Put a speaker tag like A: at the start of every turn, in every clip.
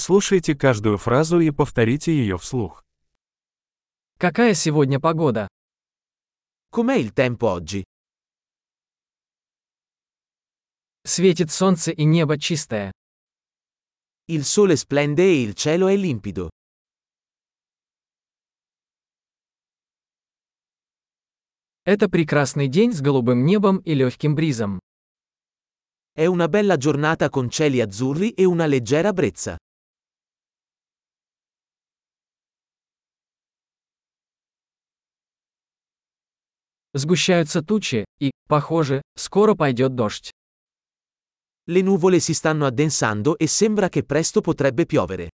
A: Прослушайте каждую фразу и повторите ее вслух.
B: Какая сегодня погода?
C: Com'è il tempo oggi?
B: Светит солнце и небо чистое.
C: Il sole splende e il cielo è limpido.
B: Это прекрасный день с голубым небом и легким бризом.
C: È una bella giornata con cieli azzurri e una leggera brezza.
B: Сгущаются тучи, и, похоже, скоро пойдет дождь.
C: Le nuvole si stanno addensando e sembra che presto potrebbe piovere.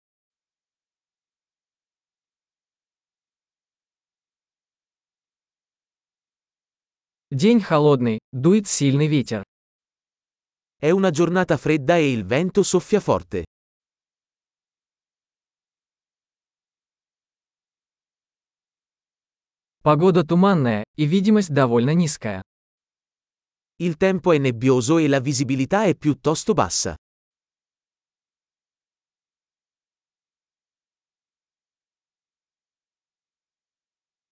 B: День холодный, дует сильный ветер.
C: È una giornata fredda e il vento soffia forte.
B: Погода туманная, и видимость довольно низкая.
C: Il tempo è nebbioso e la visibilità è piuttosto bassa.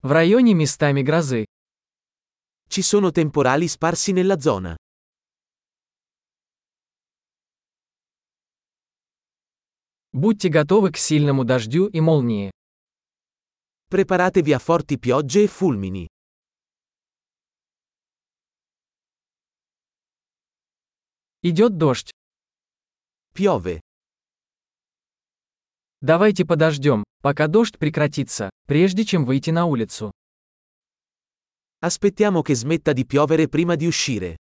B: В районе местами грозы.
C: Ci sono temporali sparsi nella zona.
B: Будьте готовы к сильному дождю и молнии.
C: Preparatevi a forti piogge e fulmini.
B: Идет дождь.
C: Piove.
B: Давайте подождем, пока дождь прекратится, прежде чем выйти на улицу.
C: Aspettiamo che smetta di piovere prima di uscire.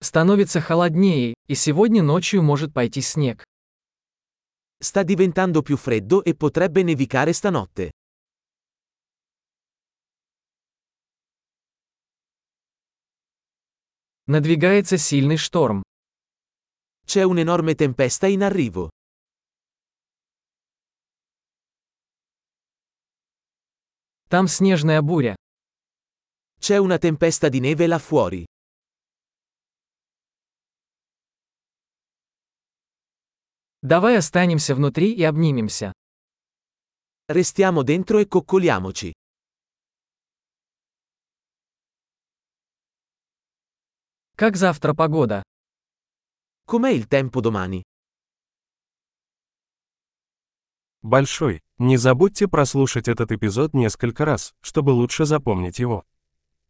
B: Становится холоднее, и сегодня ночью может пойти снег.
C: Sta diventando più freddo e potrebbe nevicare stanotte.
B: Надвигается сильный шторм.
C: C'è un'enorme tempesta in arrivo.
B: Там снежная буря.
C: C'è una tempesta di neve là fuori.
B: Давай останемся внутри и обнимемся.
C: Restiamo dentro e coccoliamoci.
B: Как завтра погода?
C: Com'è il tempo domani?
A: Большой. Не забудьте прослушать этот эпизод несколько раз, чтобы лучше запомнить его.